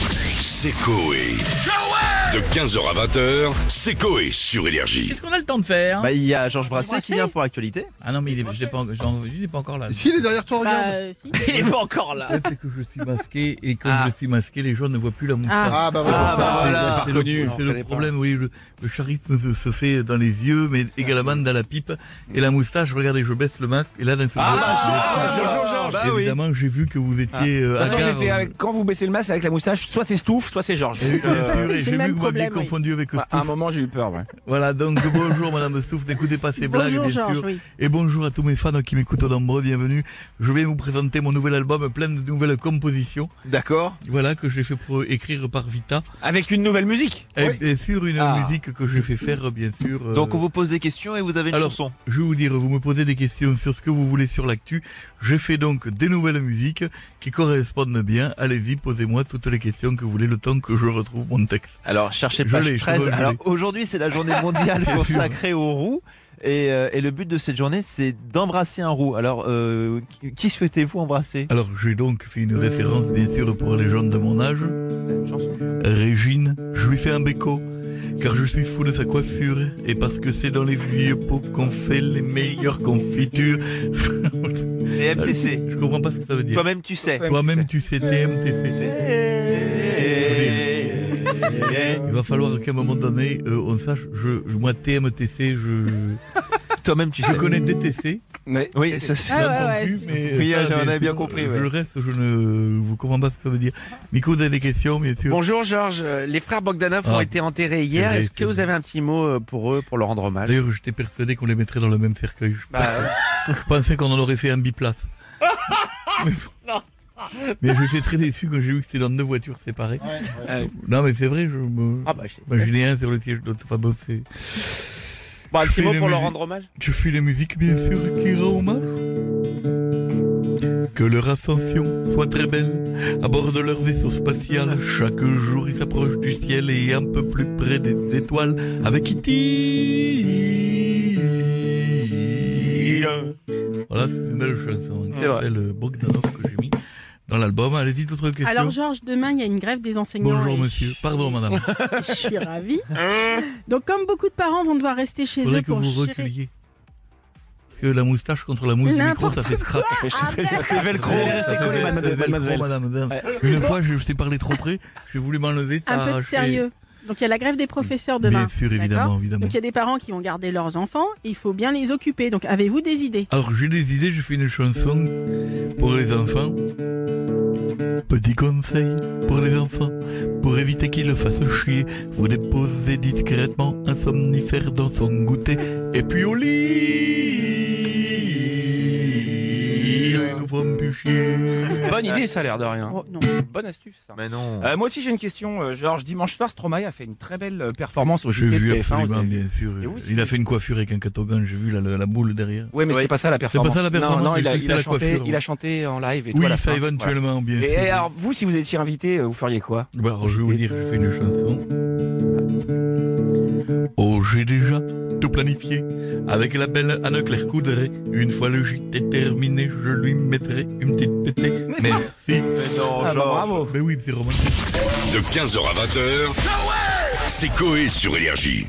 C'est Coé. De 15h à 20h, c'est Coé sur Énergie. Qu'est-ce qu'on a le temps de Hein faire Bah, il y a Georges Brassens Brassens qui vient pour actualité. Ah non, mais il est, je l'ai pas, en- j'en- il est pas encore là. Si, il est derrière toi, Bah, regarde. euh, si. Il est pas encore là. c'est que je suis masqué et comme Ah. je suis masqué, les gens ne voient plus la moustache. Ah. Ah, bah voilà. bah voilà. C'est le, c'est le problème, oui. Le, le charisme se, se fait dans les yeux, mais également dans la pipe. Et la moustache, regardez, je baisse le masque. Et là, d'un seul coup, Bah oui. évidemment, j'ai vu que vous étiez euh, De toute façon, hagard. c'était avec- quand vous baissez le masque avec la moustache, soit c'est Stouff, soit c'est Georges. Et- bien sûr, et J'ai J'ai vu le même que vous m'aviez problème, oui. confondu avec Bah, à un Stouff. moment, j'ai eu peur. Ouais. Voilà, donc bonjour Madame Stouff, n'écoutez pas ces blagues, Bonjour bien Georges, sûr. oui. Et bonjour à tous mes fans qui m'écoutent nombreux, bienvenue. Je vais vous présenter mon nouvel album plein de nouvelles compositions. D'accord. Voilà, que j'ai fait pour écrire par Vita. Avec une nouvelle musique. Et bien sûr, une Ah. musique que je fais faire, bien sûr. euh, Donc on vous pose des questions et vous avez une Alors, chanson. Je vais vous dire, vous me posez des questions sur ce que vous voulez sur l'actu. J'ai fait donc des nouvelles musiques qui correspondent bien. Allez-y, posez-moi toutes les questions que vous voulez, le temps que je retrouve mon texte. Alors cherchez Je l'ai, page je 13. l'ai. Alors aujourd'hui c'est la journée mondiale sûr. consacrée aux roues. Et, euh, et le but de cette journée, c'est d'embrasser un roux. Alors, euh, qui- qui souhaitez-vous embrasser Alors, j'ai donc fait une référence, bien sûr, pour les gens de mon âge. Une chanson. Régine, je lui fais un béco. Car je suis fou de sa coiffure. Et parce que c'est dans les vieux pots qu'on fait les meilleures confitures. Euh, Les MTC. Je comprends pas ce que ça veut dire. Toi-même, tu sais. Toi-même, tu sais, TMTCC. Il va falloir qu'à un moment donné, euh, on sache, je, je- moi, TMTC, je, Toi-même, tu je sais. connais DTC. Ouais. Oui, ça c'est. Ah ouais, l'entends ouais, plus, c'est- mais euh, Oui, ça, j'en avais sûr, bien compris, je- ouais. Le reste, je ne vous comprends pas ce que ça veut dire. Nico, vous avez des questions, bien sûr. Bonjour Georges, Euh, les frères Bogdanov ont Ah, été enterrés c'est hier. vrai, Est-ce que c'est vous vrai. avez un petit mot euh, pour eux, pour leur rendre hommage D'ailleurs, j'étais persuadé qu'on les mettrait dans le même cercueil. Je Bah, euh, pensais qu'on en aurait fait un biplace. mais bon. Mais j'étais très déçu quand j'ai vu que c'était dans deux voitures séparées. ouais. Non, mais c'est vrai, je me. Ah bah, je- Bah, j'en ai un sur le siège de l'autre. Enfin, bon, c'est- Bon, bah, un petit fais mot la pour leur musique. rendre hommage Je fais la musique, bien sûr, qui rend hommage. Que leur ascension soit très belle, à bord de leur vaisseau spatial. Chaque jour, ils s'approchent du ciel et un peu plus près des étoiles. Avec Kitty. Voilà, c'est une belle chanson qui C'est vrai. s'appelle euh, Bogdanov que j'ai mis dans l'album. Allez-y, d'autres questions. Alors Georges, demain il y a une grève des enseignants. Bonjour, et monsieur. je- Pardon, madame. Je suis ravie. Donc comme beaucoup de parents vont devoir rester chez Faudrait eux que pour vous gérer- reculiez. Parce que la moustache contre la mousse du micro, N'importe ça fait scratch. Je fais- je fais- je fais velcro. Ça fait- Restez ça fait collés, vel- mademoiselle. velcro, mademoiselle. madame, madame. Ouais. Une fois, je, je t'ai parlé trop près, j'ai voulu m'enlever. ça un peu de arrache les- sérieux. Donc il y a la grève des professeurs demain. Bien sûr, d'accord évidemment, évidemment. Donc il y a des parents qui vont garder leurs enfants et il faut bien les occuper. Donc avez-vous des idées Alors, j'ai des idées, je fais une chanson pour les enfants. Petit conseil pour les enfants, pour éviter qu'ils le fassent chier, vous déposez discrètement un somnifère dans son goûter, et puis au lit, ils nous feront plus chier. Bonne idée, ça a l'air de Ah. rien. Oh, non. Bonne astuce. ça. Mais non. Euh, moi aussi, j'ai une question, euh, Georges. Dimanche soir, Stromae a fait une très belle euh, performance au J'ai jeu de vu TF1. absolument, vous avez- bien sûr. Et oui, il a c'est- fait une coiffure avec un catogan, j'ai vu la, la, la boule derrière. Ouais, mais c'était pas ça la performance. ça, la performance, Non, non, il a, c'est il la a chanté, coiffure. il a chanté en live et tout. oui, à la ça fin. Voilà. éventuellement, bien sûr. Et, et alors, vous, si vous étiez invité, euh, vous feriez quoi Bah, alors, je vais vous dire, je fais une chanson. Oh, j'ai déjà tout planifié avec la belle Anne-Claire Coudray. Une fois le JT terminé, je lui mettrai une petite pétée. Merci. Ben Mais non, Ah, bah, Georges. bravo. Mais oui, c'est romantique. De 15h à 20h, c'est Coé sur Énergie.